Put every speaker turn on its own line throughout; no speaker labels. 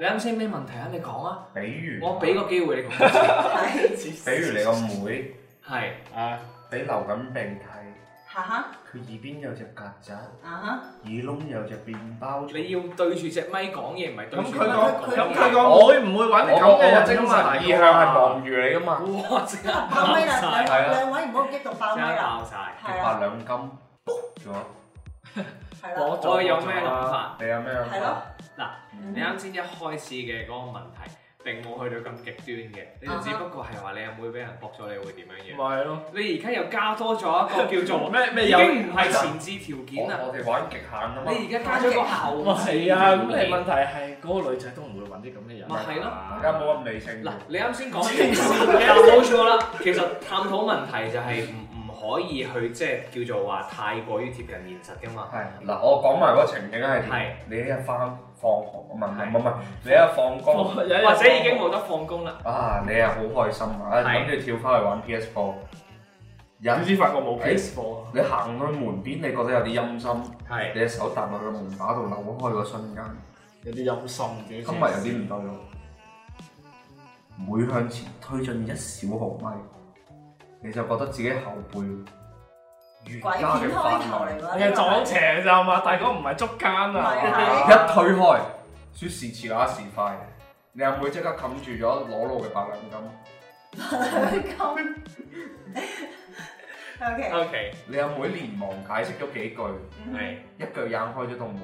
你啱先咩問題啊？你講啊！
比
嗯
如
我俾個機會你講 先。
比如你個妹
係
啊，俾流感病睇，
嚇哈
佢耳邊有隻曱甴，耳
啊哈，
窿有隻麵包蟲。
你要對住隻咪講嘢，唔係對
咁佢
住個
個
佢
咁
佢
佢個妹唔會
我
揾你咁
我
嘅
個
人
精
㗎嘛，
神意向係望住你噶嘛，
哇！即刻
爆
爆
咪
晒，
啦！
即
係啊
兩兩位唔好激動爆
刻
咪啦，
爆晒。
係啊
跌
啦
八兩金，咗。
係啦，
我
我有咩
啊
諗法？
你有咩啊諗
係咯
法？，
你啱先一開始嘅嗰個問題並冇去到咁極端嘅，你就
啊哈
只不過係話你阿妹俾人駁咗，你會點樣
咪
樣？
係咯，
你而家又加多咗一個 叫做
咩
已
咩有
經唔係前置條 件啦，
我我哋玩極限啊嘛。
你而家加咗個
唔
後置
à,
係啊？咁你問題係嗰個女仔都唔會揾啲咁嘅人㗎嘛，
咪係咯
大家冇咁理性
嗱
嘅，，
你啱先講嘅嗱冇錯啦。其實探討問題就係唔唔可以去即係叫做話太過於貼近現實噶嘛。
係嗱，我講埋個情景係
係
點？你一日翻放學，唔係唔
係
係唔係，你一日放工
我有一日
或者已經冇得放工啦，
啊，你又好開心啊，
係
諗住跳翻去玩 PS Four，
點
Dạ,
忍
知發覺冇
誒
PS 貨啊？
你行到去門邊，你覺得有啲陰森，
係
你隻手搭落去門把度扭開個瞬間，
Dạ,
有啲陰心嘅。
今日有啲唔對路，每向前推進一小毫米，你就覺得自己後背越
鬼
加嘅
片
翻
開頭嚟㗎，
你係撞邪咋嘛？大哥唔係捉奸
à.
一
唔
啊！
推開，説時遲那時快，你阿妹即刻冚住咗裸露嘅白兩金。
咁 OK，嗯
，OK，
你阿妹連忙解釋咗幾句，
係
一腳踹開咗棟門，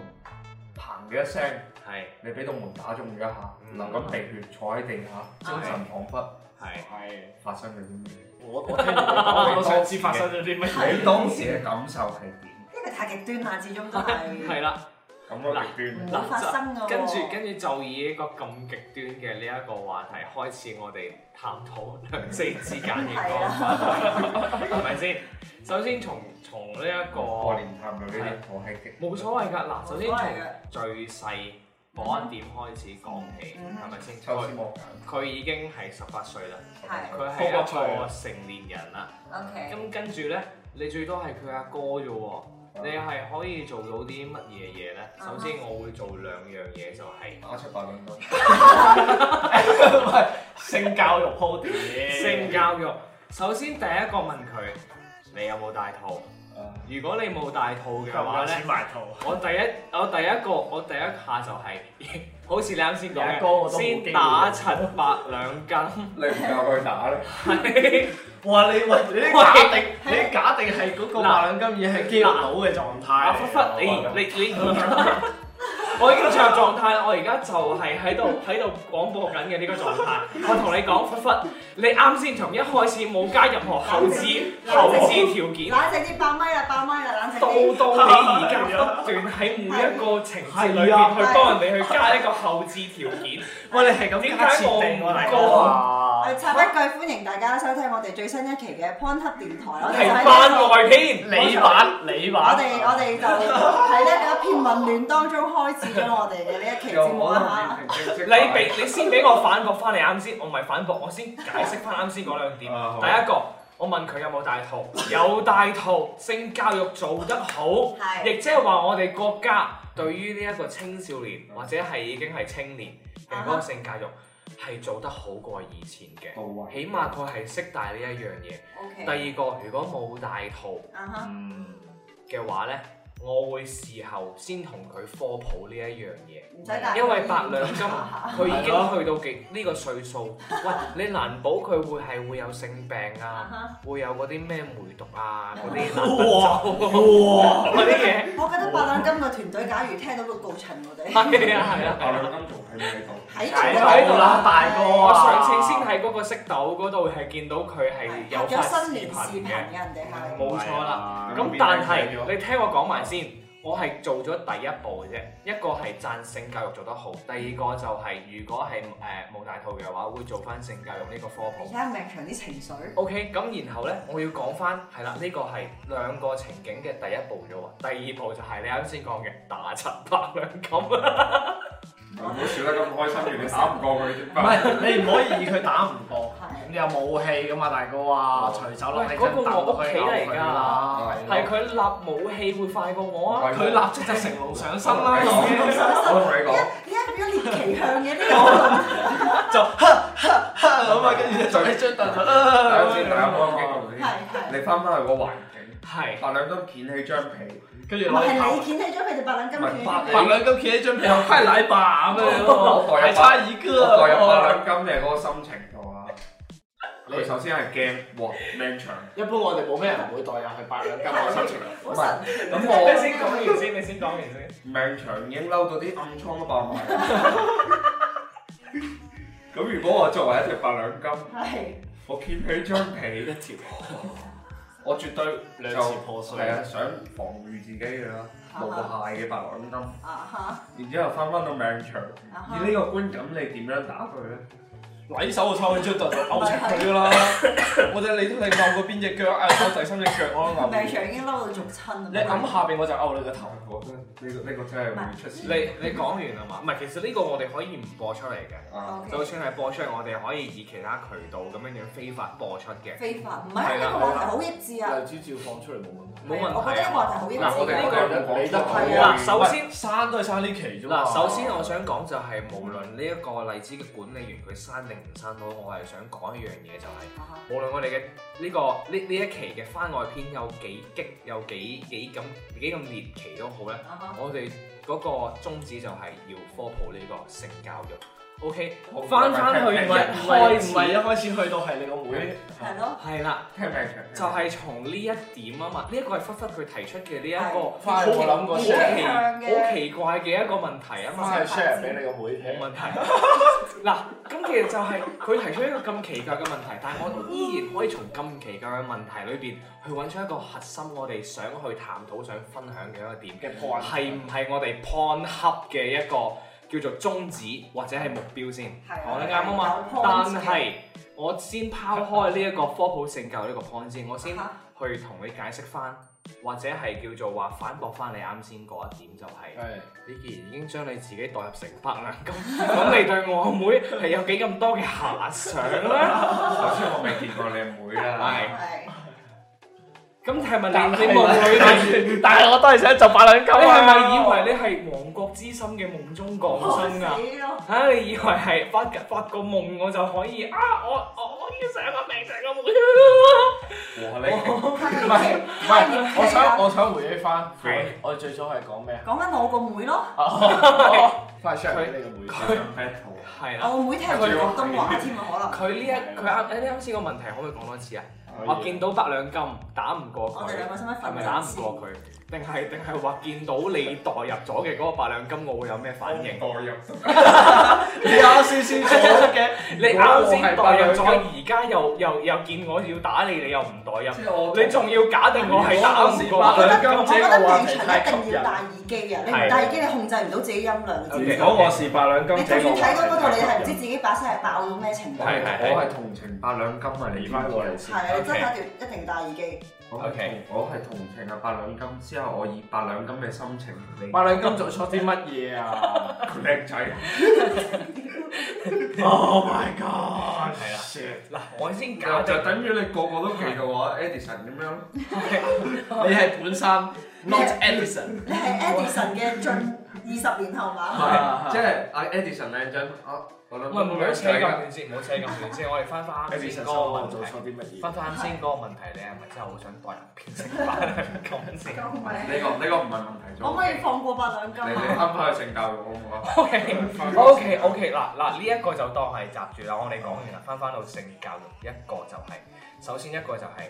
砰嘅一聲，
係
你俾棟門打中咗一下，
嗯
流緊鼻血，坐喺地下，精神恍惚，
係
係
發生咗啲咩？
我我聽你講，我想知發生咗啲乜嘢。
你當時嘅感受係點？
因為太極端啦，始終都係
係啦。
咁我極端
唔會發生㗎喎。
跟住跟住就以一個咁極端嘅呢一個話題開始，我哋探討兩性之間嘅嗰個關係，係咪先？首先從從呢一
過
個
年探討呢啲好閪激，
冇所謂㗎，嗱，首先
冇所謂
從
嘅
最細嗰一點開始講起，
嗯
係咪先？
抽
佢
絲剝繭。
佢已經係十八歲啦，
係
佢
高
係
過啊
一
佢
個成年人啦。
OK，
咁跟住咧，你最多係佢阿哥啫
啊
喎。你係可以做到啲乜嘢嘢咧？
啊哈
首先我會做兩樣嘢，就係
打出白兩金，
性教育鋪墊，
性教育。首先第一個問佢，你有冇戴套？如果你冇戴套嘅話
有
咧
錢，埋套。
我第一我第一個我第一下就係、 好似你啱先
Dạ,
有哥
講
我
嘅，
都冇機會
先打柒白兩斤。
你唔教佢打咧？
哇！你喂你啲假定，你啲假定係啊嗰個八兩金嘢係肌肉佬嘅狀
阿
態哦
忽
嚟
忽，你你 你，我已經進入狀態啦！我而家就係喺度喺度廣播緊嘅呢個 狀態。我同你講，忽忽，你啱先從一開始冇加任何後置後置條件，
冷靜啲，爆咪啦，爆咪啦，冷靜
到
啲。
到你而家不斷喺每一個情節裏面
啊
去幫人哋去加一個後置條件。
喂，你係咁加設定喎，大哥啊！
誒插一句，歡迎大家收聽我哋最新一期嘅 PonHub 電台，我哋就
係
喺呢
番
度
外篇，
你版你
我
版，
哋我哋就喺呢個一片混亂當中開始咗我哋嘅呢一期節目啊啦
你
你俾你先俾我反駁翻你啱先，我唔係反駁，我先解釋翻啱先嗰兩點。
啊好
第一個，我問佢有冇戴 套，有戴套，性教育做得好，
嚇，係
亦即係話我哋國家對於呢一個青少年或者係已經係青年嘅嗰個性教育係做得好過以前嘅，
到位，
起碼佢係識戴呢一樣嘢。第
OK，
二個，如果冇戴套
啊哈，
嗯，
嘅話呢，我會事後先同佢科普呢一樣嘢。
唔使大，
嗯因為白兩 金佢已經去到極呢個歲數，喂，你難保佢會係會有性病
啊
啊，
哈，
會有嗰啲咩梅毒 啊，嗰啲
哇哇！
嗰啲嘢，
我覺得白兩金個團隊假如聽到會告襯我 哋，
係啊係啊。
白兩金仲喺唔喺度？
喺
喺度啦，大哥
我
啊！
上次先喺嗰個色豆嗰度係見到佢係有
有
發
新
視
年視
頻
頻
嘅
嘅，人哋係
嗯
冇錯啦。
啊
咁
邊
但係
睇咗
你聽我講埋先，我係做咗第一步嘅啫。一個係讚性教育做得好，第二個就係如果係誒冇大肚嘅話，會做翻性教育呢個科普
而。家命長啲情緒，
OK，咁然後咧，我要講翻係啦，呢、個係兩個情景嘅第一步啫喎，第二步就係你啱先講嘅打七百兩 咁啊，
唔好笑得咁開心，原來打唔過佢啫。
唔係你唔可以以佢打唔過，
係
你有武器噶嘛，大哥啊！隨手攞起張凳可以鬧佢啦，
係佢立武器會快過我啊，
佢立即就成龍上身啦，
我同你講，
而家變咗年奇向嘅呢個
就哈哈哈咁啊，跟住就坐喺張凳度啊
大家
咁
知
樣
大家冇咁激
論
動
係係。
你翻返去個環境，
係
白兩金掀起張被，
跟住
唔
攞
係
嚟
你掀起咗佢哋白冷金
唔係
卷，
白
白兩金企喺張被上，快來吧咁樣
我
咯，
代
還
入啊
差一個
我代入
喎。
白兩金嘅嗰個心情度啊！佢首先係驚，哇靚場，
一般我哋冇咩人會代入去白兩金嘅 心情。
好神奇。
咁
你
我
先講完先，你先講完先。
命長已經嬲到啲暗瘡都爆 埋。咁如果我作為一隻白兩金，
係
我掀起張被，
一條
我絕對
兩次破碎，
係啊，想防禦自己嘅啦，無害嘅白兩金。
啊哈
然之後翻返到命場，
啊哈
以呢個觀感，你點樣打佢咧？
攋手我抽喺張凳度 摳直佢㗎啦。或者你你摳過邊只腳啊？摳第三隻腳我都
命
摳。
長已經嬲到逐親啊！
你揞下邊我就摳你個頭。
我覺得呢個呢個真係會出事。
你你講完啦嘛？唔係，其實呢個我哋可以唔播出嚟嘅。
啊，
就
OK
算係播出嚟，我哋可以以其他渠道咁樣樣非法播出嘅。
非法，唔係呢個話題好益智啊！
子照放出嚟冇問題。
冇問題啊
我覺得呢
嗱我哋
個話題好益智嘅
呢。
理得
佢
啊嗱首
先生都係生呢期啫嘛。
嗱，首先我想講就係無論呢一個荔枝嘅管理員佢刪定唔刪到，我係想講一樣嘢就係、
啊哈
無論我哋嘅呢個呢呢一期嘅番外篇有幾激有幾幾咁幾咁獵奇都好咧，
啊哈
我哋嗰個宗旨就係要科普呢個性教育。OK，
我
翻翻去一
唔係
唔係
開
唔係一
始，
開始去到係你個妹，
係咯，
係啦，
聽命場
就係從呢一點啊嘛，呢一個係忽忽佢提出嘅呢一個
係
翻去我諗
好
過
奇
share，
好奇怪嘅一個問題啊嘛。
翻去 share 俾你個妹
冇
聽。
問題。 嗱，咁其實就係佢提出一個咁奇怪嘅問題，但係我依然可以從咁奇怪嘅問題裏邊去揾出一個核心，我哋想去探討、想分享嘅一個點，
嘅破
係唔係我哋 Pornhub 嘅一個叫做宗旨或者係目標先？
係
講得啱啊嘛。但係我先拋開呢一個科普性教育呢個 point 先，我先
啊
去同你解釋翻，或者係叫做話反駁翻你啱先嗰一點，就係。
係
你既然已經將你自己代入成白啦，咁咁你對我妹係有幾咁多嘅遐想 咧？
首先我未見過你妹 啦，
係，
係
咁係咪
但
你
係
你夢裏面？
但係我都係想就白兩
你係
啊
咪以為你係亡國之心嘅夢中降生 啊？
死咯！
嚇、你以為係發發個夢我就可以啊？我我我要上個名上個妹
和你
唔
係
係唔係，我想
我
我想回憶翻
係，
我最早係講咩啊？
講緊我個妹咯，
翻去 share 俾你個妹聽。
上 battle，
係
啊
啦，
我個妹聽佢廣東話添啊，可能
佢呢一佢啱你啱先個問題可唔可以講多次啊？
可以
我見到白兩金打唔過
我哋
佢
兩。個身份
係
份
咪打唔
子先。
過佢？定係定係話見到你代入咗嘅嗰個八兩金，我會有咩反應？
代入，
你啱先先講嘅，
你啱先代入咗，而家又又又見我要打你，你又唔代入，
即係我
你仲要假定我係打唔
我覺
過？
得
兩
我
金姐個
覺得
話
命
題
場
太吸
一定
引
要。戴耳機啊！你
係
唔戴耳機，你控制唔到自己音量，你知唔知？
如果我是白兩金
你就算
這個
睇到嗰度，
話
你
題
係唔知自己把聲係爆到咩程度。
係
係
係
我係同情白兩金啊！你翻過嚟先，
啊，你真係一定一定戴耳機。
我係同我係同情啊白兩金，之後我以白兩金嘅心情你
白兩金做錯啲乜嘢啊
靚 仔，
？Oh my god！
係啦
，shit！
嗱，我先假
就
定
就等於你個個都記到我啊 Edison 咁樣咯。
你係本身 not Edison。
你係 Edison 嘅進二十年後嘛？
係，即係阿 Edison 靚仔，啊我我諗
啊喂，唔好扯咁遠先，唔好扯咁遠先，我哋翻翻啱先嗰個問題。
啲乜嘢
翻翻啱先嗰個問題，你係咪真係好想代 入變成八兩金先
咁咪
呢個呢個唔係問題
可唔
咗。
可以放過八兩金
你
啊？
你啱翻去性教育好唔好啊？
？O K O K O K 嗱嗱呢一個就當係閘住啦，我哋講完啦，翻翻到性教育一個就係、首先一個就係、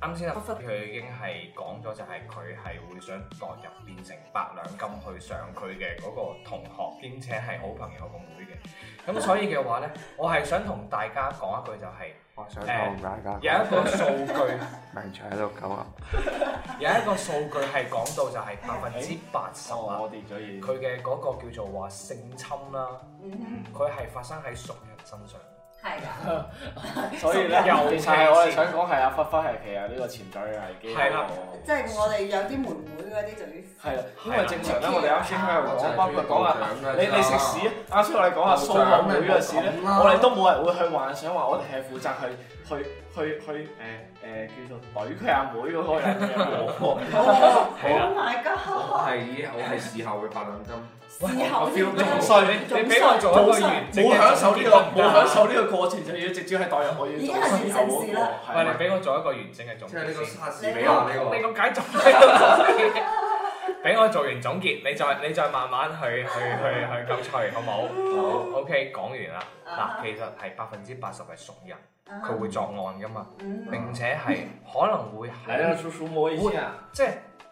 啱先啊，忽忽佢已經係講咗，就係佢係會想代入變成白兩金去上佢嘅嗰個同學，兼且係好朋友個妹嘅。咁所以嘅話呢，我係想同大家講一句就係、
我想
同
大家
有一個數據，
明長喺度狗啊！
有一個數據係講到就係百分之八十
哦
啊，
我哋咗嘢
佢嘅嗰個叫做話性侵啦。
嗯
佢係發生喺熟人身上。
係㗎。
所以咧，
尤其
其實係我哋想講係阿忽忽係其實呢個潛在嘅危機。
係啦
即係我哋有啲妹妹嗰啲就要
係啦，因為正常咧，我哋啱先
Dạ,
喺度講，包括講啊，你你食屎，啱先我哋講下蘇澳妹嘅事咧，我哋都冇人會去幻想話我哋係負責去去去去誒誒叫做懟佢阿妹嗰個人嘅冇喎。
係啦
Oh my god！
我係我係事後嘅白冷金，
事後先
仲衰，
你俾我做一個完整嘅
冇享受呢個
總結
冇享受呢個過程，就要直接係代入我要
已經
做
係完成事啦
唔係你俾我做一個完整嘅總
即係呢
結
個
先。
莎士比亞呢個
你。個解總結， 俾我做完總結，你再你再慢慢去去去去咁吹，好冇？OK，講完啦。嗱，其實係百分之八十係熟人，佢會作案噶嘛，
嗯
並且係可能會
嚟啦，
喺
叔叔摸一下。
即係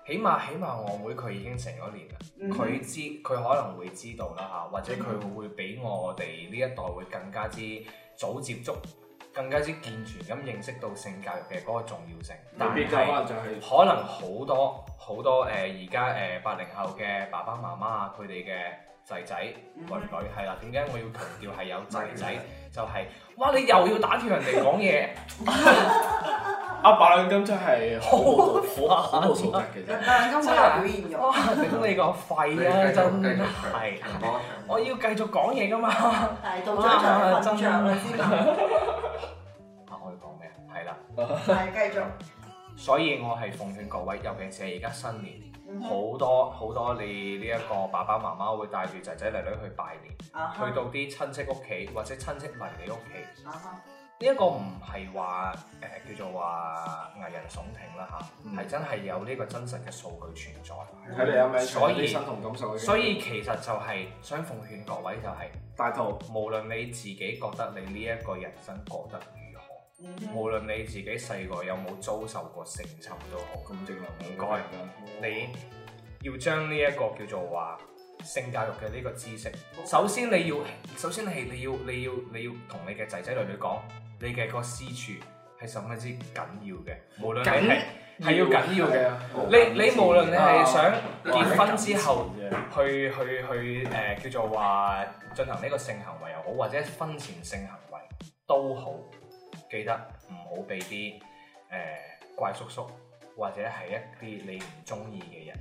起碼起碼我妹佢已經成咗年啦，
嗯
佢知佢可能會知道啦嚇，或者佢會比我哋呢一代會更加之早接觸，更加之健全咁認識到性教育嘅嗰個重要性。但
別
係
嘅話就係
可能好多好多誒而家誒八零後嘅爸爸媽媽啊，佢哋嘅仔仔
嗯
女女係啦，點解我要強調係有仔仔？就係、哇！你又要打斷人哋講嘢，
阿白兩金真係好好好冇素質嘅啫。
但係今日有表現咗，
哇！頂你個肺啊！真係，我要繼續講嘢噶嘛。
係到咗場瞓著啦先嘛，
啊！我要講咩啊？係啦，
係繼續。
所以我係奉勸各位，尤其是係而家新年。好多好多你呢一個爸爸媽媽會帶住仔仔女女去拜年，
啊哈
去到啲親戚屋企或者親戚嚟你屋企，
啊哈
呢一個唔係話誒叫做話危人聳聽啦嚇，係、真係有呢個真實嘅數據存在。
睇嚟有咩
所以
身同感受嘅，
所以其實就係想奉勸各位就係、
大肚
無論你自己覺得你呢一個人生過得如何，
嗯哼
無論你自己細個有冇遭受過性侵都好，
咁正能
唔該你要將呢一個叫做話性教育嘅呢個知識，首先你要，首先係你要你要你要同你嘅仔仔女女講，你嘅個私處係十分之緊要嘅，無論你係係要緊要啊嘅。你你無論你係想結婚之後去去去誒、呃叫做話進行呢個性行為又好，或者婚前性行為都好，記得唔好俾啲誒呃怪叔叔或者係一啲你唔中意嘅人，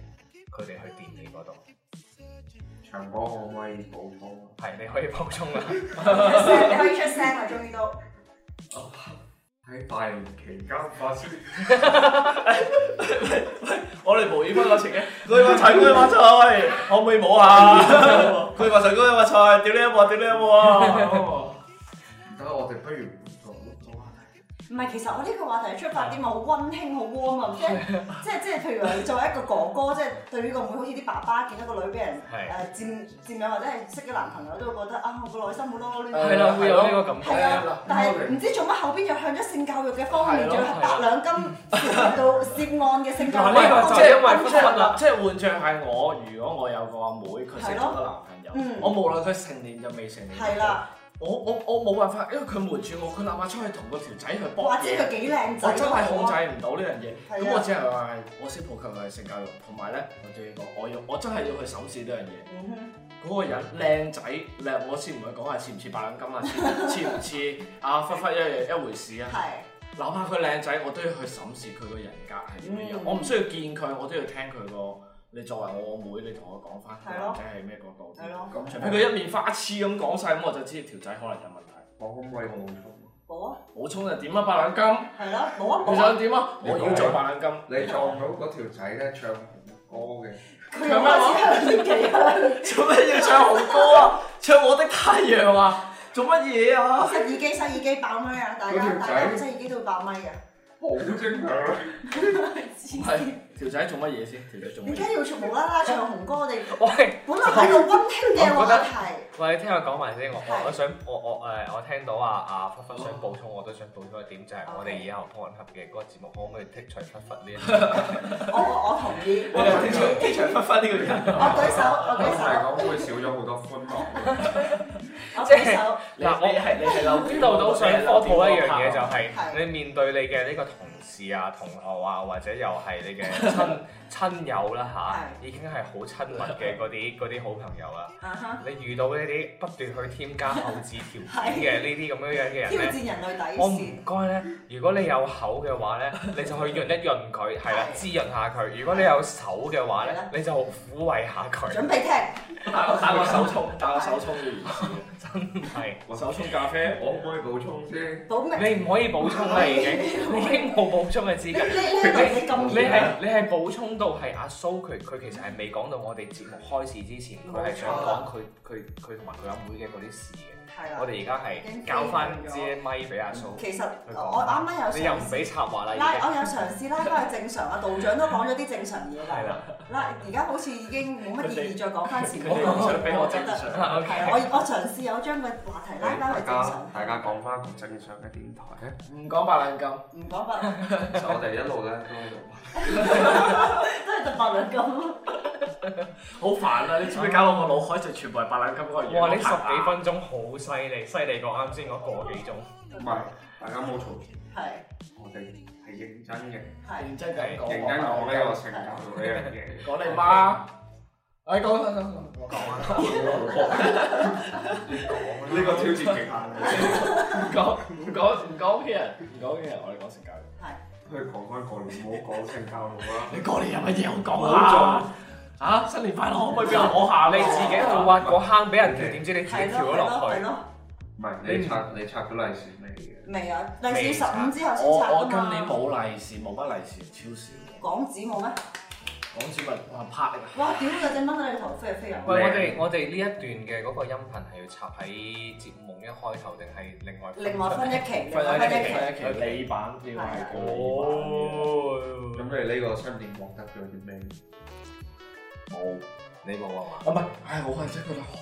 佢哋去掂你嗰度。
長波可唔可以補充？
係你可以補充啦，
你可以出聲啦，終於都
喺拜年期間發生
我哋無意分個情嘅，佢話齊，佢話齊，可唔可以冇啊？ 佢話齊，佢話齊，屌你一鑊，屌你啊一 鑊。
唔得，我哋不如唔做咗話題。
唔係，其實我呢個話題出發點係好溫馨、好 warm 啊，即係即係即係，譬如話你作為一個哥哥，即係對於個妹，好似啲爸爸見到個女俾人
係
誒佔佔有或者係識咗男朋友，都會覺得啊，我個內心好囉
誒
攣。
係啦，會有呢個感
係
覺。
啊，但係唔知做乜後邊又向咗性教育嘅方面，仲有八兩金涉及到涉案嘅性教
嗱
育。
呢個就
即
係
係
因為忽
即係
忽啦，
嗱，即係換著係我，如果我有個阿妹，佢識咗個男朋友，
嗯
我無論佢成年就未成年，
係，啦，
我我我冇辦法，因為佢瞞住我，佢哪怕出去同個條仔去搏
或者
嘢
佢幾靚仔
我
都
真
好啊
係控制唔到呢樣嘢，
係啊
咁我只係話我識普及佢嘅性教育，同埋咧我仲要講，我要我真係要去審視呢樣嘢。
嗯哼
嗰個人靚仔靚，我先唔會講係似唔似白兩金啊，似 似唔似阿忽忽一樣一回事啊。
係
哪怕佢靚仔，我都要去審視佢個人格係點樣樣。
嗯
我唔需要見佢，我都要聽佢個。你作為我妹，你同我講翻
係
佢
咯
男仔係咩角度？
係咯
咁除非佢一面花痴咁講晒，咁我就知條仔可能有問題。
我可唔可以補充？
冇啊，
冇衝就點啊，白兩金！
係咯，冇啊
你
冇啊，
想點啊？我要做白兩金。
你撞到嗰條仔咧唱紅歌嘅，
佢又開始向年紀啦，
做乜要唱紅歌啊？唱我的太陽啊？做乜嘢啊？
塞耳機塞耳機爆咪啊！大家大家塞耳機都會爆咪嘅。
好正常。
係條仔做乜嘢先？條仔做乜
點
嘢？
解要無啦啦唱紅歌？我哋
喂。
本來係個温馨嘅話題，
喂，你聽我講埋先，我
係
我我想我我誒，我聽到啊啊忽忽想補充，我都想補充一點，就係我哋以後 p o 嘅嗰個節目可唔可以剔除忽忽呢一個？
我我同意，我
我哋
同
天
意。
長天長不分呢個人。
我舉手，
我
我舉
係
手，
講會少咗好多歡樂。
我舉手，
你你係你係漏
呢度都想科普一樣嘢就係
係
你面對你嘅呢個同事啊、同學啊，或者又係你嘅 親親友啦吓，已經係好親密嘅嗰啲嗰啲好朋友啊。
啊哈，
你遇到呢啲不斷去添加後置條件嘅呢啲咁樣樣嘅人
挑
咧。
戰人類底
我唔
線，
該咧，如果你有口嘅話 咧，你就去潤一潤佢，係啦，
係
滋潤下佢；如果你有手嘅話咧
係啦，
你就撫慰下佢。
準備踢，
打個打個手沖，打個手沖嘅意思。
真係，
手沖咖啡，
我可唔可以補充先？
保命。
你唔可以補充啦，已經， 你已經冇補充嘅資
你
格。
你你咁
你係你係補充到係阿蘇佢佢其實係未講到我哋節目開始之前，佢係想講佢佢佢同埋佢阿妹嘅嗰啲事嘅。
係啦
我。哋而家係交翻支咪俾阿蘇，
其實
佢講
我啱啱有
你又
嘗
唔
試
俾插話啦，已
嗯拉，哦
經
我有嘗試拉翻去正常啊。道長都講咗啲正常嘢
係
啦。
啦。
拉而家好似已經冇乜意義再講翻前面
佢哋唔想俾我正
覺得
常。
啊
係啊
，OK，
我我嘗試有將個話題拉翻
大
去正
家
常，
大家講翻一個正常嘅電台咧，
唔講白蘭
唔
金，
講白，
其實我哋一路咧都喺度
都係特白兩咁。
好煩啊！你知唔知搞到我腦海就全部係白蘭金嗰個樣？
哇！呢十
啊
幾分鐘好犀利，犀利過啱先嗰個幾鐘。
唔係，大家冇嘈住，
係
我哋係認真嘅，
係
認真咁講，
認真講呢個性教育呢樣 嘢。
講你媽！哎，講講講講講啊！
呢個挑戰極限，
唔講唔講唔講嘅人，唔講嘅人，我哋講性教育。
不如講翻過年，唔好講性教育啦。
你過年有乜嘢好講
冇
啊？啊！新年快樂，可唔可以俾我摸下啊
你自己喺度挖個坑俾人跳，點知你自己
係
跳咗
咯係咯
落
係
去？
咯，
唔係，你拆你拆咗利是未嘅？
未啊！利是十五之後先
我
拆㗎
我今年
嘛。
冇利是，冇乜利是，超少。
港紙冇咩？
講住咪話拍你
哇！屌有隻蚊喺你頭飛嚟啊飛入，
喂，我哋我哋呢一段嘅嗰個音頻係要插喺節目一開頭定係另外？
另外分一期，另外
分
分
一
一
期，
期。
啊分一期，你版要係啊個你
咁
哦，
你呢個新年獲得咗啲咩？
冇。
你冇啊嘛？
啊唔係，唉，我係真係覺得好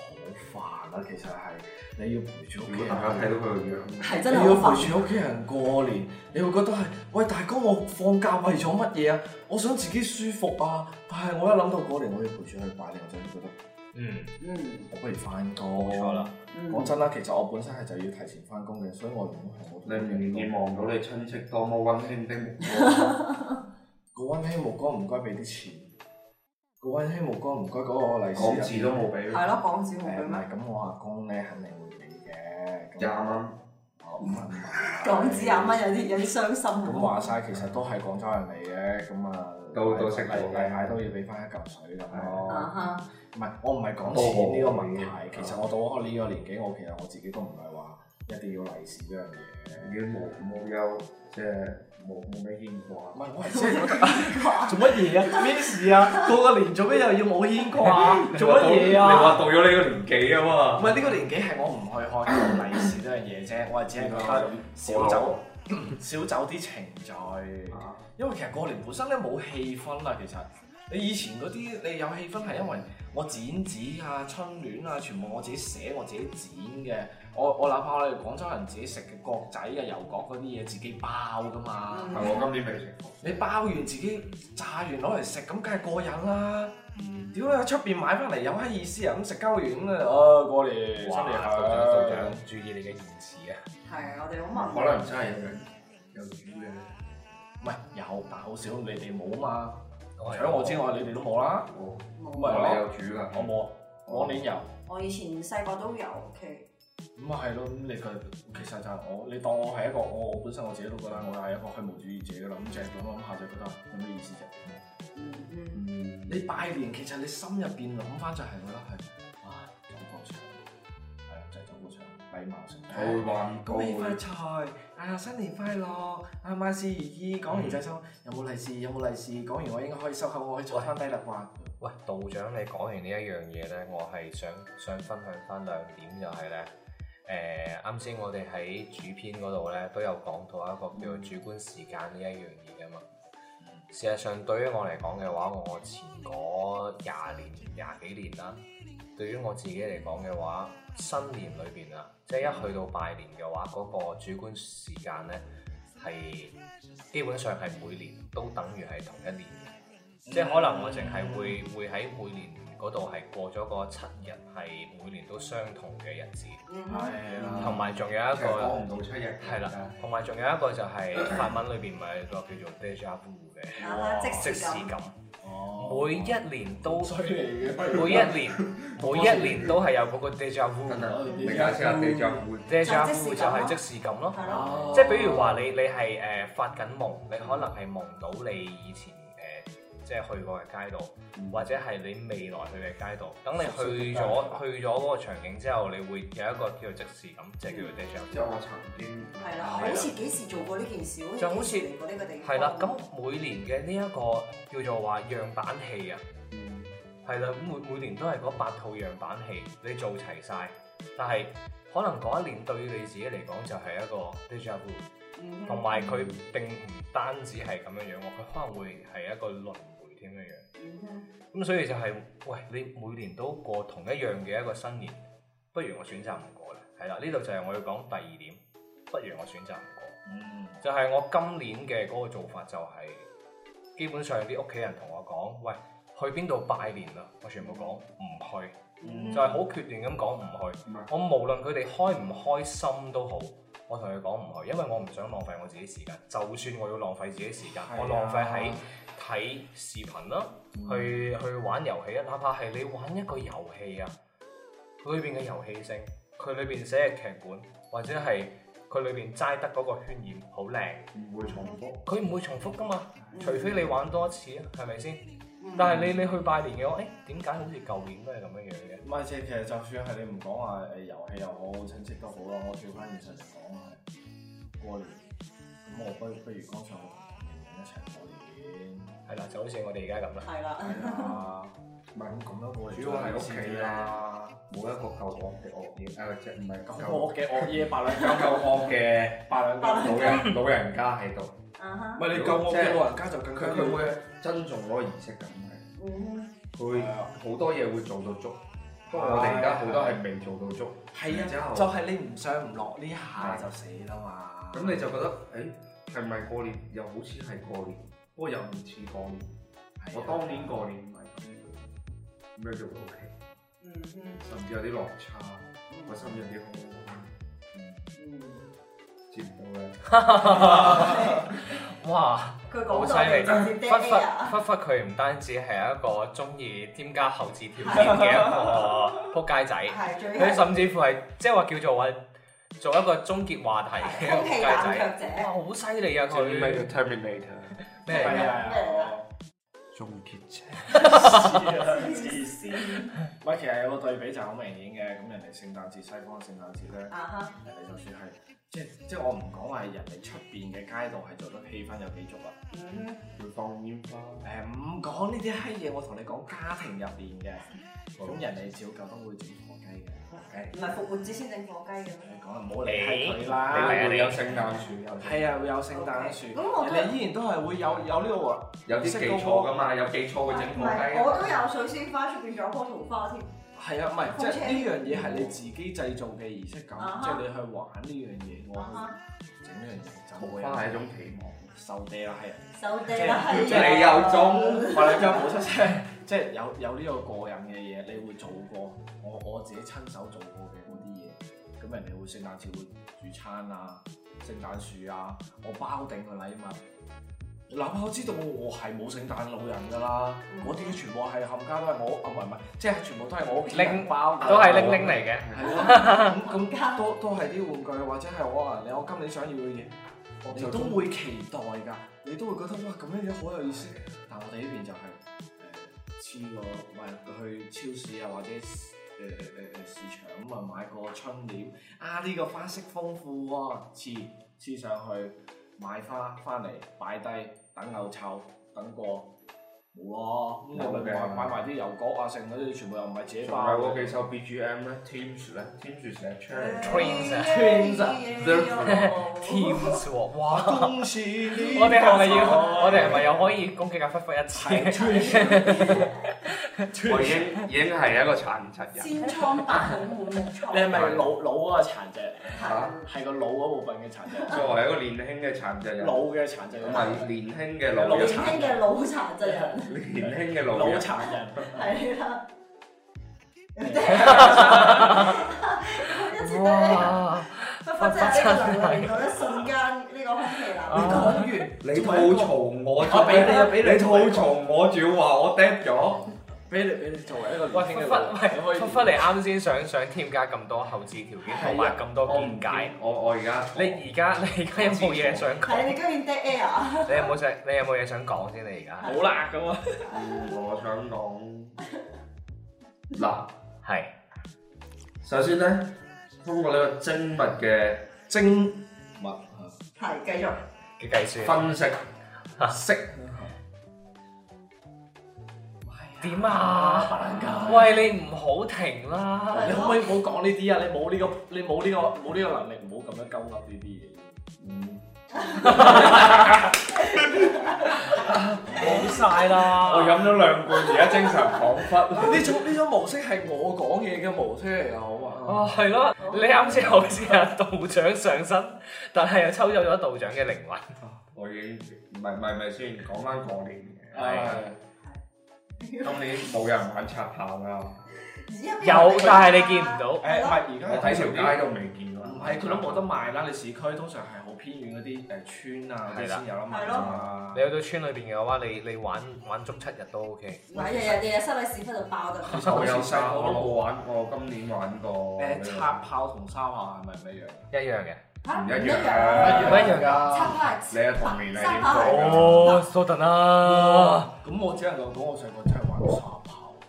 煩啊！其實係你要陪住屋
如
企
果大家睇
人，
到佢個樣，
係真係
你要
好煩
陪住屋企人過年，你會覺得係喂大哥，我放假為咗乜嘢啊？我想自己舒服啊！但係我一諗到過年我要陪住佢拜年，我真係覺得
嗯，
嗯
我不如翻工。
冇錯啦。
嗯
講真啦，其實我本身係就要提前翻工嘅，所以我原本係冇。
你唔願意望到你親戚多麼温馨的目光。
個温馨目光唔該俾啲錢，個温馨目光唔該嗰個利是入
港
邊
紙都冇俾，
係咯，港紙冇
誒
俾
唔
咩？
係啊咁，我阿公咧肯定會俾嘅。咁
廿蚊。
哦唔係唔係
港紙廿蚊有啲有啲傷心
咁啊
喎。
話晒，其實都係廣州人嚟嘅，咁啊，
都都識做
嚟
嘅
嚟嗌都要俾翻一嚿水咁
啊
咯。
哈！
唔係，我唔係講錢呢個問題，其實我到我呢個年紀，我其實我自己都唔係話一定要利是呢樣嘢。
已經冇冇有即係冇冇咩牽掛
唔。係，我係真係覺得做乜嘢啊？咩事啊？過個年做咩又要冇牽掛 啊？做乜嘢
你話
啊？
到咗呢個年紀啊
唔
嘛，
係呢個年紀係我唔去開到利是呢樣嘢啫，我係只係覺得少走少走啲程序。因為其實過年本身咧冇氣氛啦，其實你以前嗰啲你有氣氛係因為我剪紙啊、春聯啊，全部我自己寫、我自己剪嘅。我我哪怕我哋廣州人自己食嘅角仔啊、油角嗰啲嘢自己包噶嘛，
係我今年未食過。
你包完自己炸完攞嚟食，咁梗係過癮啦！屌你，出邊買翻嚟有閪意思啊！咁食鳩完咁啊，哦過年新年啊
哇！道
快
長
樂
道長，注意你嘅言辭啊！
係啊，我哋好
可
文
能真係有人有主嘅。
唔係有，但好少，你哋冇啊嘛。
係
除咗我之外，你哋都冇啦。
我
冇
唔係
我哋有主㗎。
我冇啊，往年有。
我以前細個都有，OK。
咁啊係咯，咁你佢其實就係我，你當我係一個我我本身我自己都覺得我係一個虛無主義者㗎啦，咁就係咁諗下就覺得有咩意思啫？
嗯
嗯
你拜年其實你心入邊諗翻就係覺得係啊走過場，係啊就係走過場，禮貌性。
我會話我
恭喜發
會
財啊！新年快樂啊！萬事如意，講完就收，有冇利是？有冇利是？講完我應該可以收口，我可以坐翻低啦啩。
喂，道長，你講完呢一樣嘢咧，我係想想分享翻兩點，就係咧，誒、啱先我哋喺主編嗰度咧都有講到一個叫做主觀時間呢一樣嘢噶嘛。事實上，對於我嚟講嘅話，我前嗰廿年、廿幾年啦，對於我自己嚟講嘅話，新年裏邊啊，即係一去到拜年嘅話，嗰、個主觀時間咧係基本上係每年都等於係同一年嘅。即係可能我淨係會會喺每年嗰度係過咗個七日係每年都相同嘅日子，
嗯
係啦，
同埋仲有一
其實講
個
唔到出日
係啦，同埋仲有一個就係法文裏邊咪有個叫做 déjà vu 嘅
啊
即
即時
時
感，
感，
哦，
每一年都
犀利嘅，
每一年每一年都係有嗰個 déjà vu
等等，
嗯
你解釋下地藏會
déjà
就
vu
即
就
時感咯
係即時感咯。
係咯，
哦
即係比如話你你係誒、呃、發緊夢，你可能係夢到你以前誒、呃即係去過嘅街道，或者係你未來去嘅街道。等你去咗去咗嗰個場景之後，你會有一個叫做即時感，即係叫做 déjà vu
即係我曾經
係啦，好似幾時做過呢件事，
就好
好
似
似幾時嚟過呢個地方，
係啦，咁每年嘅呢一個叫做話樣板戲啊，係啦，每每年都係嗰八套樣板戲，你做齊晒，但係可能嗰一年對於你自己嚟講就係一個 déjà vu。
嗯
同埋佢並唔單止係咁樣樣喎，佢可能會係一個輪迴添嘅樣。
嗯
咁所以就係、喂，你每年都過同一樣嘅一個新年，不如我選擇唔過啦。係啦，呢度就係我要講第二點，不如我選擇唔過。
嗯
就係、我今年嘅嗰個做法就係、基本上啲屋企人同我講，喂，去邊度拜年啦？我全部講唔去。
嗯
就係好決斷咁講唔去
嗯。
我無論佢哋開唔開心都好，我同佢講唔去，因為我唔想浪費我自己時間。就算我要浪費自己時間，
係啊
我浪費喺睇視頻啦，去去玩遊戲啊，哪怕係你玩一個遊戲啊，佢裏邊嘅遊戲性，佢裏邊寫嘅劇本，或者係佢裏邊齋得嗰個渲染好靚，
唔會重複，
佢唔會重複噶嘛，除非你玩多一次啊，係咪先？
嗯
但係你你去拜年嘅話，誒點解好似舊年都係咁樣樣嘅？
唔係，即係其實就算係你唔講話誒遊戲又好，親戚都好啦，我跳翻現實嚟講係過年，咁我不不如乾脆我同人人一齊過年。
係啦，就好似我哋而家咁啦。
係啦，
係 啊，
唔係咁咁咯。
過年
主要係屋企
啦。
冇一個夠惡嘅惡嘢，誒即係唔係
啊咁
夠
我嘅惡嘢八兩
夠夠 惡嘅
八兩
八
斤。
老人老人家喺度，
啊
唔
哈，
係你夠惡嘅老人家就更加
佢佢會珍重嗰個儀式感係，
嗯
佢會好多嘢會做到足，不過我哋而家好多係未做到足，
係
然之
啊，
後
就係你唔上唔落呢下就死啦嘛。
咁你就覺得誒係咪過年又好似係過年，不過又唔似過年。我當年過年唔係咁樣，咩叫過期？
嗯嗯
甚至有啲落差，我心入啲好
嗯，
接唔到嘅。
哇，
佢
好
講
犀
到你
利！
直接啊
忽忽忽
dead air
忽佢唔單止係一個中意添加後置條件嘅一個撲街仔，
係最
佢
係
甚至乎係即係話叫做話做一個終結話題嘅撲
空氣
街
冷卻
仔。
者
哇，。好犀利啊！佢咩
Terminator
嚟㗎？
啊，
終結者。
黐線。唔係，其實有個對比就好明顯嘅。咁人哋聖誕節、西方嘅聖誕節咧。
啊哈，
人哋就算係即係即係我唔講話人哋出邊嘅街道係做得氣氛有幾足啊！
嗯
會放煙花，
誒唔講呢啲閪嘢，我同你講家庭入邊嘅，咁人哋照舊都會整火雞嘅，火
哼，唔
雞
係復活節先整火雞嘅咩？
你講啊，唔好理閪佢
你
啦。
嚟啊！你有聖誕樹，有
係啊，會有聖誕樹，
咁我都
人哋依然都係會有有呢個喎，
有啲記錯噶嘛？有記錯
唔
嘅整火
係，我都有水仙花，出邊仲有棵桃花添。
係啊，唔係即係
好
呢樣嘢係你自己製造嘅儀式感
啊，
即
哈
係你去玩呢樣嘢，
啊
我
哈，
去整呢樣嘢就
桃
會
花
有
係一種期望，
受地啦，係啊。
手地啦，係啊
即係你有種
我哋今日冇出聲，即係有有呢個過癮嘅嘢，你會做過我我自己親手做過嘅嗰啲嘢，咁人哋會聖誕節會煮餐啊、聖誕樹啊，我包定個禮物。哪怕我知道我係冇聖誕老人㗎啦，
嗯
嗰啲全部係冚家都係我，啊唔係唔係，即係全部都係我屋企人
拎
包㗎，
都係拎拎嚟嘅。
係啊，咁咁都都係啲玩具，或者係可能你我今年想要嘅嘢。
我
你
就
都
中
會期待㗎，你都會覺得哇咁樣樣好有意思。但我哋呢邊就係誒黐個唔係去超市啊，或者誒誒誒誒市場咁啊買個春簾啊，呢、個花式豐富喎、黐黐啊上去買花翻嚟擺低，等牛臭，等過。冇咯，咁你咪買買埋啲郵局啊，剩嗰啲全部又唔係自己
仲
包
有嗰
嘅。
幾首 BGM 咧，Teams 咧，Teams 成日 c
Twins 啊
Twins 啊
Teams 喎，哇！
恭喜你
我哋係咪要？
發財
我哋係咪又可以攻擊阿忽忽一次？
係
我已經已經係一個殘疾人。
千瘡百孔滿目瘡。
你係咪老老嗰個殘疾？
嚇！
係個腦嗰部分嘅殘 疾，
作為一個年輕嘅殘疾人，
腦嘅殘疾啊
唔係
人，
年輕嘅
年
老人，
輕嘅腦殘疾人？
年輕嘅老
腦
人，
殘人，
係啦，一次咧，忽忽即係呢個能量令到一瞬間呢個空氣流
你
動。
講完，啊你吐槽我，我
俾你啊俾你
你吐槽我，仲要話我 dead 咗，
俾你俾你作為一個
喂，
年輕嘅老人，
忽忽忽忽你啱先想想添加咁多後置條件同埋咁多
我
見
唔
解
解，，我我而家
你而家 你而家有冇嘢想講？
係你居然 dead air 啊！
你有冇想你有冇嘢想講先？你而
好啦咁啊，
我想講
家
嗱，
係
首先咧，通過呢個精密嘅精密
係繼續，
嘅計算
分析識
點啊？ 喂，你唔好停啦！
你可唔可以唔好講呢啲啊？你冇呢個你冇呢個冇呢個能力，唔好咁樣鳩噏呢啲嘢。
冇晒
我
啦。
飲咗兩罐，而家精神恍惚。
呢種呢種模式係我講嘢嘅模式嚟㗎，好嘛？
哦，係咯，你啱先好似阿道長上身，但係又抽走咗道長嘅靈魂。
我已經唔係唔係唔係先講翻過年嘅，
係
今年冇人玩拆炮啦，
有，但係你見唔到。
誒，唔係而
我喺
家
條街都未見過。
唔係佢都冇得賣啦。你市區通常係好偏遠嗰啲誒村啊嗰啲
係啦
先有得賣
係
㗎
咯
嘛
你。去到村裏邊嘅話，你你玩玩足七日都 OK。
嗱，日日日日塞喺屎忽度爆得。
其實
我
我
有
有啊
細
細
個
個
我都冇
都
玩過，今年玩過。
哦
冇誒插炮同沙畫係咪唔一樣？
一樣嘅。
嚇
唔一樣
唔一樣
插
㗎。
花
你嘅童年係點過？
哦，蘇頓啊！
咁我只能夠講我細個真係
嗯
玩沙炮。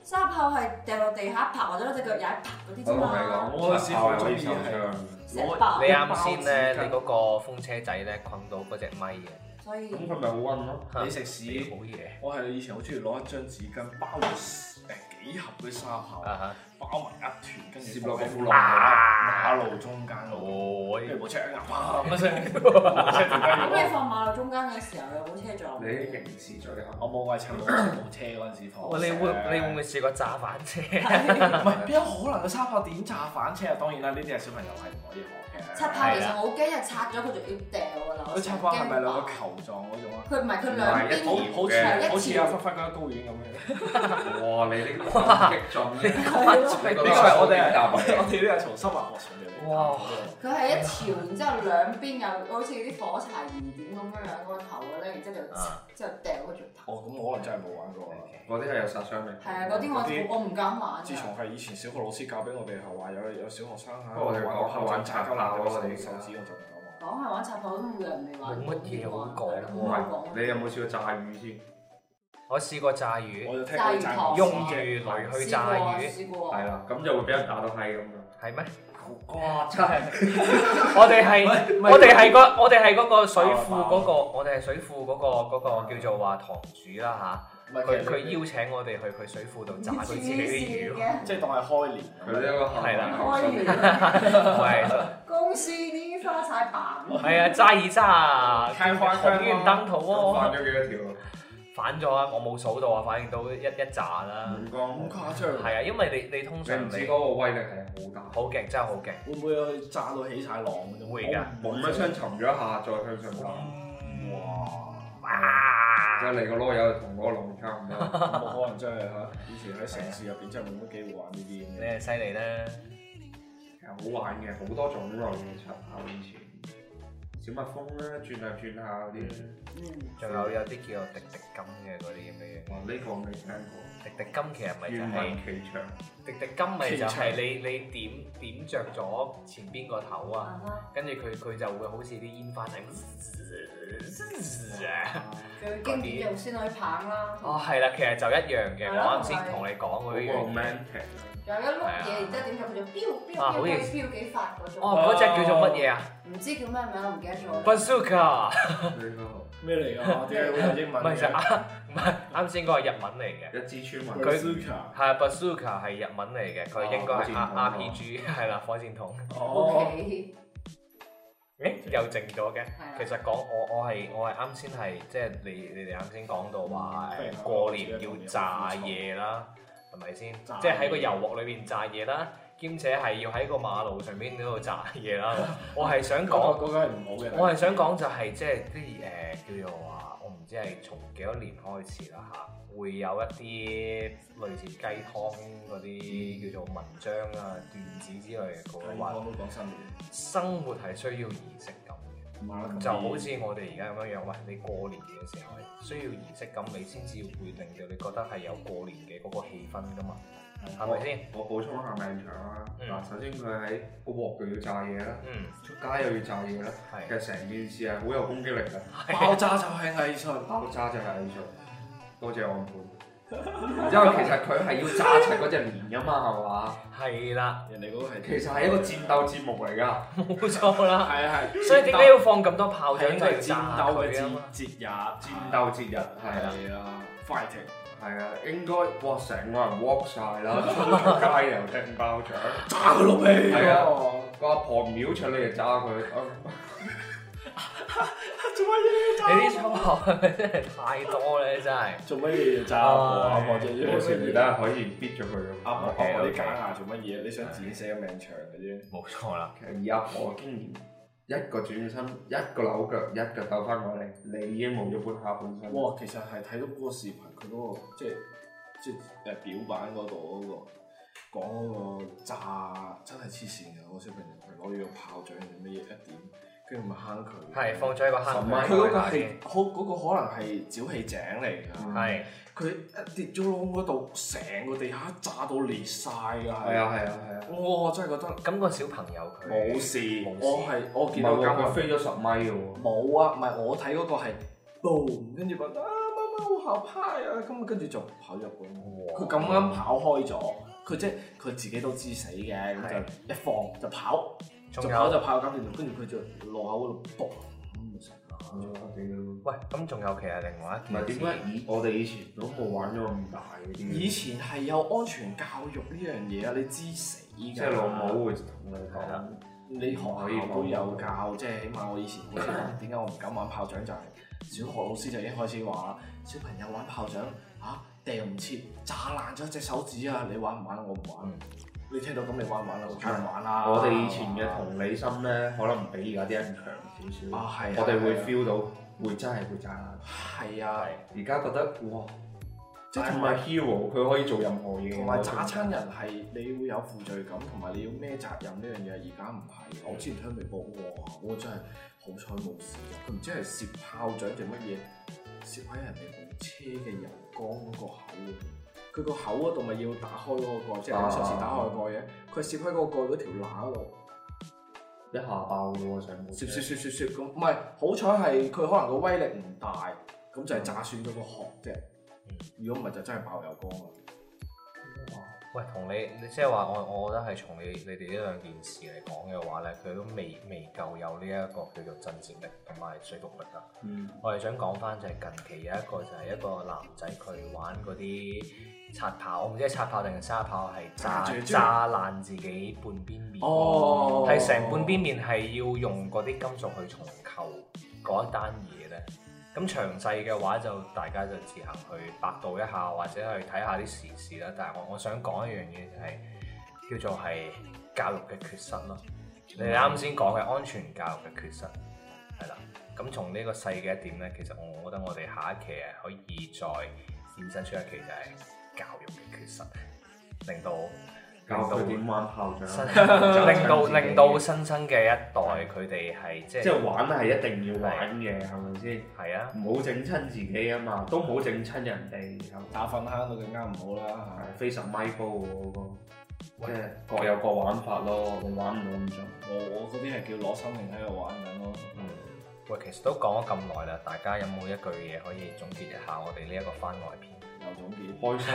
沙炮係掉落地下，拍或者隻腳踩拍嗰啲
我
啫
同你
嘛，
講，我插炮係可以受傷。
石爆
你，啱先
哦
咧，你嗰個風車仔咧困到嗰只咪嘅，
所以
咁佢咪好温咯？
嚇
你食屎
啊好嘢
我係以前好中意攞一張紙巾包住誒幾盒嗰啲沙炮，
啊
包埋一團，跟住
攝落個褲
放
窿
喺馬路中間
嚇！啊
度，
哦，
跟住部車一壓，哇咁一聲，
咁你放馬路中間嘅時候有冇車撞？
你啲刑事罪行，
我冇為趁冇冇車嗰陣時放。
喂，哦你會
啊
你會唔會試過炸反車？
唔係邊有可能嘅沙炮點炸反車啊？當然啦，呢啲係小朋友係啊唔可以學嘅。
插炮其實我好驚，一拆咗佢就要掉㗎啦。我
佢插炮係咪兩個
驚
球狀嗰種啊？
佢唔係佢
唔
兩
係一
邊
條
好好
係
似好
一
似阿
條。
忽忽嗰一高遠咁樣。
哇！你呢個咁激進啊嘅，
係
呢
呢
個
個係我哋係
答
我哋呢係從生物學上面嚟。
哇！
佢係一條，然之後兩邊有好似啲火柴燃點咁樣樣嗰個頭嘅咧，然之後就
啊
之後掉嗰條頭。
哦，咁我可能真係冇玩過啦。
嗰啲係有殺傷力。
係啊，嗰啲我我唔敢玩啊
自
㗎。
從係以前小學老師教俾我哋係話有有小學生啊喺
不過我哋講下玩拆
拆
交
交鬧
鬧
嗰
嗰
個
個
手
地
指
方
我就唔敢玩。
講係玩插炮都冇人未玩過。
冇乜嘢好講
係咯
唔
冇乜好
係，你有冇試過炸魚先？
我試過炸魚，
我就聽佢
炸魚
炸
塘
用魚雷去炸魚，
試過啊，
係啦，咁就會俾人打到閪咁樣。
係咩？
哇！真係
我哋係
唔係
我哋係個我哋係嗰個水庫嗰個，我哋係水庫嗰個嗰個叫做話堂主啦
唔
吓，
係
佢
佢
佢
佢
邀請我哋去佢水庫度
試
炸
過
佢自己啲魚
黐。線嘅。
即係當係開年
佢呢個行
係啦
為
開完
喂，
公司啲花晒版，
係啊，揸二揸啊，
開花
紅圓燈土
咁
喎，
翻咗幾多條啊？
反咗啊！我冇數到啊，反正都一一紮啦。
五
咁
光，
誇張，
係啊，因為你你通
你
常
唔知嗰
你
個威力係好大。
好勁，真係好勁。
會唔會去炸到起晒浪嗰種？
會㗎
嘣一聲啊沉咗一下，再向上
嗯
打，
哇！
即係你個籮柚同嗰個龍差唔 多。
冇啊可能真係嚇！以前喺城市入邊真係冇乜機會玩呢
你
啲咁嘅。
係犀利啦，
其實好玩嘅，好多種類嘅插口以前。小蜜蜂啦，轉下轉下嗰啲，
嗯，
仲有有啲叫做滴滴金嘅嗰啲咁嘅嘢。
哇！呢個未聽過，
滴滴金其實咪就
願
係
聞其詳。
滴滴金咪就係你你點點著咗前邊個頭啊，跟住佢佢就會好似啲煙花仔
最經典用仙女棒啦，
哦，係啦，其實就一樣嘅。我啱先同你講
好
嗰樣嘢。
romantic
仲有一碌嘢，然之後點咗佢就飆
啊
飆
好
飆
型
飆幾發嗰種，
哦，嗰只叫做乜嘢啊
唔知叫咩名，我唔記得咗。
？Bazooka，
啊！呢
咩嚟㗎？點解會有英
唔
文
係啊就
嘅
啊
啱，唔係啱先嗰個係日文嚟嘅。
個一支穿雲。
？Bazooka
係啊 Bazooka 係日文嚟嘅，佢
哦
應該
火箭
係
筒
R
啊
RPG 係啦，火箭筒。
哦，
OK，
誒又靜咗嘅。
係啦
其實講我我係我係啱先係即係你你哋啱先講到話
嗯
啊
誒過年要炸嘢啦，係咪先？即係喺個油鑊裏邊炸嘢啦，兼且係要喺個馬路上邊嗰度炸嘢啦。我係想
嗰
講，
個嗰個係唔好嘅。
我係想講就係即係啲誒叫做話，我唔唔知係從幾多年開始啦嚇，會有一啲類似雞湯嗰啲叫做文章啊、段子之類嘅
我
講話，
都講生活，
生活係需要儀式感嘅。
唔係啦，
就好似我哋而家咁樣樣，喂，你過年嘅時候係需要儀式感，你先至會令到你覺得係有過年嘅嗰個氣氛噶嘛，係咪先？
我補充一下命長啦。
嗯
嗱，首先佢喺個鑊又要炸嘢啦，
嗯，
出街又要炸嘢啦，其
係
實成件事係好有攻擊力嘅。
爆炸就係藝術。
爆炸就係藝術，多謝我妹。然之後其實佢係要炸齊嗰隻連噶嘛，係嘛？
係啦，
人哋嗰個係其實係一個戰鬥節目嚟㗎。
冇錯啦。
係啊係。
所以點解要放咁多炮
係
仗
因
就要
為
炸
戰鬥嘅
佢啊
節
嘛？
節日，
戰
戰
鬥節日係啊啦，
係啊啦，fighting。
係啊，應該哇成個人 walk 晒 啦，出咗街又掟爆仗，
炸佢落嚟
係啊，個阿婆秒出嚟就炸佢，啊
你啲粗口係咪真係太多咧？真係。
做乜嘢要炸阿婆啊？阿婆最
冇事而家可以逼咗佢㗎
阿婆
嘛
阿婆啲假牙做乜嘢？你想自己寫個命長嘅啫。
冇錯啦，
其實以阿婆嘅經驗，一個轉身，一個扭腳，一腳抖翻過嚟，你已經冇咗半下半身。
哇，其實係睇到嗰個視頻，佢嗰、個即係即係誒表板嗰度嗰個講嗰個炸真係黐線嘅，嗰個小朋友佢攞住個炮仗定乜嘢一點，跟住咪坑佢。
係放咗喺個坑
十
佢
米
嗰
嗰
個
個
係好嗰個可能係沼氣井嚟㗎，
係
佢一跌咗窿嗰度，成個地下炸到裂晒㗎，
係啊係啊係啊！
我真係覺得
咁個小朋友佢
冇事
冇，事
我係我
唔係
見到
喎，
咁
佢飛咗十米嘅喎。
冇啊，唔係我睇嗰個係 boom，跟住覺得啊媽媽好後怕啊，咁跟住就跑入去。佢咁啱跑開咗，佢即係佢自己都知死嘅，咁就
係
一放就跑，就
仲
跑
有
就跑咁住，跟住佢就路口嗰度卜，咁就死啦
喂，咁仲有其實另外
唔
一件
係點
事
解以我哋以前都冇玩咗咁大嘅啲嘢？
以前係有安全教育呢樣嘢啊，你知死㗎。
即係老母會同你講
係啦，
你學校都啊有教，即係起碼我以前 好似話點解我唔敢玩炮仗就係、小學老師就已經開始話啦，小朋友玩炮仗嚇掟唔切，炸爛咗隻手指啊！你玩唔玩？我唔玩。
嗯
你聽到咁你玩唔玩啊？我梗係玩啦！
我哋以前嘅同理心咧，可能比而家啲人強少少。
啊係啊
我哋會 feel 到，會真係會炸。
係啊，
而家覺得哇，
即
即
係
係
同
同
埋
埋 hero，佢可以做任何嘢。
同埋炸親人係你會有負罪感，同埋你要孭責任呢樣嘢。而家唔係，我之前睇微博，哇！我真係好彩冇事啊！佢唔知係攝炮仗定乜嘢，攝喺人哋部車嘅油缸嗰個口嗰度。佢個口嗰度咪要打開嗰個蓋，即係你上次打開個蓋嘅，佢攝開嗰個蓋嗰條罅嗰度，
一下爆嘅喎，上部
攝
車
攝攝攝攝咁。唔係，好彩係佢可能個威力唔大，咁就係炸損咗個殼啫。如果唔係就真係爆油缸啦。
喂，同你你即係話我，我覺得係從你你哋呢兩件事嚟講嘅話咧，佢都未未夠有呢一個叫做震懾力同埋說服力啊。
嗯
我哋想講翻就係近期有一個就係一個男仔佢玩嗰啲擦炮，我唔知係擦炮定係沙炮，係炸
炸住豬
炸爛自己半邊面，
哦
係成、半邊面係要用嗰啲金屬去重構嗰一單嘢咧。咁詳細嘅話就大家就自行去百度一下，或者去睇下啲時事啦。但係我我想講一樣嘢就係、叫做係教育嘅缺失咯。你哋啱先講嘅安全教育嘅缺失係啦。咁從呢個細嘅一點咧，其實我覺得我哋下一期係可以再衍生出一期就係教育嘅缺失，令到
教佢
令
點玩 炮仗，
新
就
到令到
自己
令到新生嘅一代佢哋係即
即
係
係玩係一定要玩嘅，係咪先？
係啊，
唔好整親自己啊嘛，都唔好整親人哋，係咪
打粉坑到更加唔好啦嚇
係。非常咪高喎嗰個，即係各有各玩法咯，你玩唔到咁盡。
我我嗰啲係叫攞生命喺度玩緊咯。
嗯，喂，其實都講咗咁耐啦，大家有冇一句嘢可以總結一下我哋呢一個番外篇？
又總 結
開心，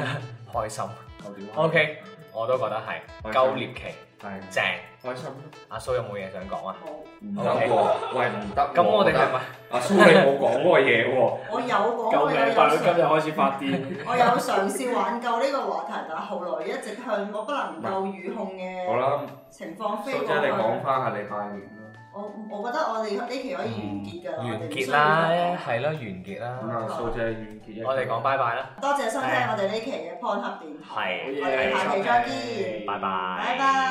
開心
夠屌。
，OK，我都覺得係
開心
夠獵奇
係
正。
開心，
阿蘇有冇嘢想講啊？
唔得喎，喂唔得喎。
咁我哋
覺
係
得
咪？
阿蘇你冇講嗰個嘢喎，
我有講，
救
我
命！
有
八佬今日
嘗，
開始發癲。
我有嘗試挽救呢個話題，但係後來一直向我不能夠預控
好
嘅
啦，
情況飛
蘇
過
姐你講
去。
翻下你拜年啦。
我我覺得我哋呢期可以完結㗎啦，我
嗯完
哋唔需
結
要
啦
再講，
係啦，啊完結
咁
啦，
啊，蘇姐完結一。
我哋講拜拜啦，啊
多謝收聽我哋呢期嘅 p o n 電台，
係
我哋下期再見，
拜拜，
拜拜。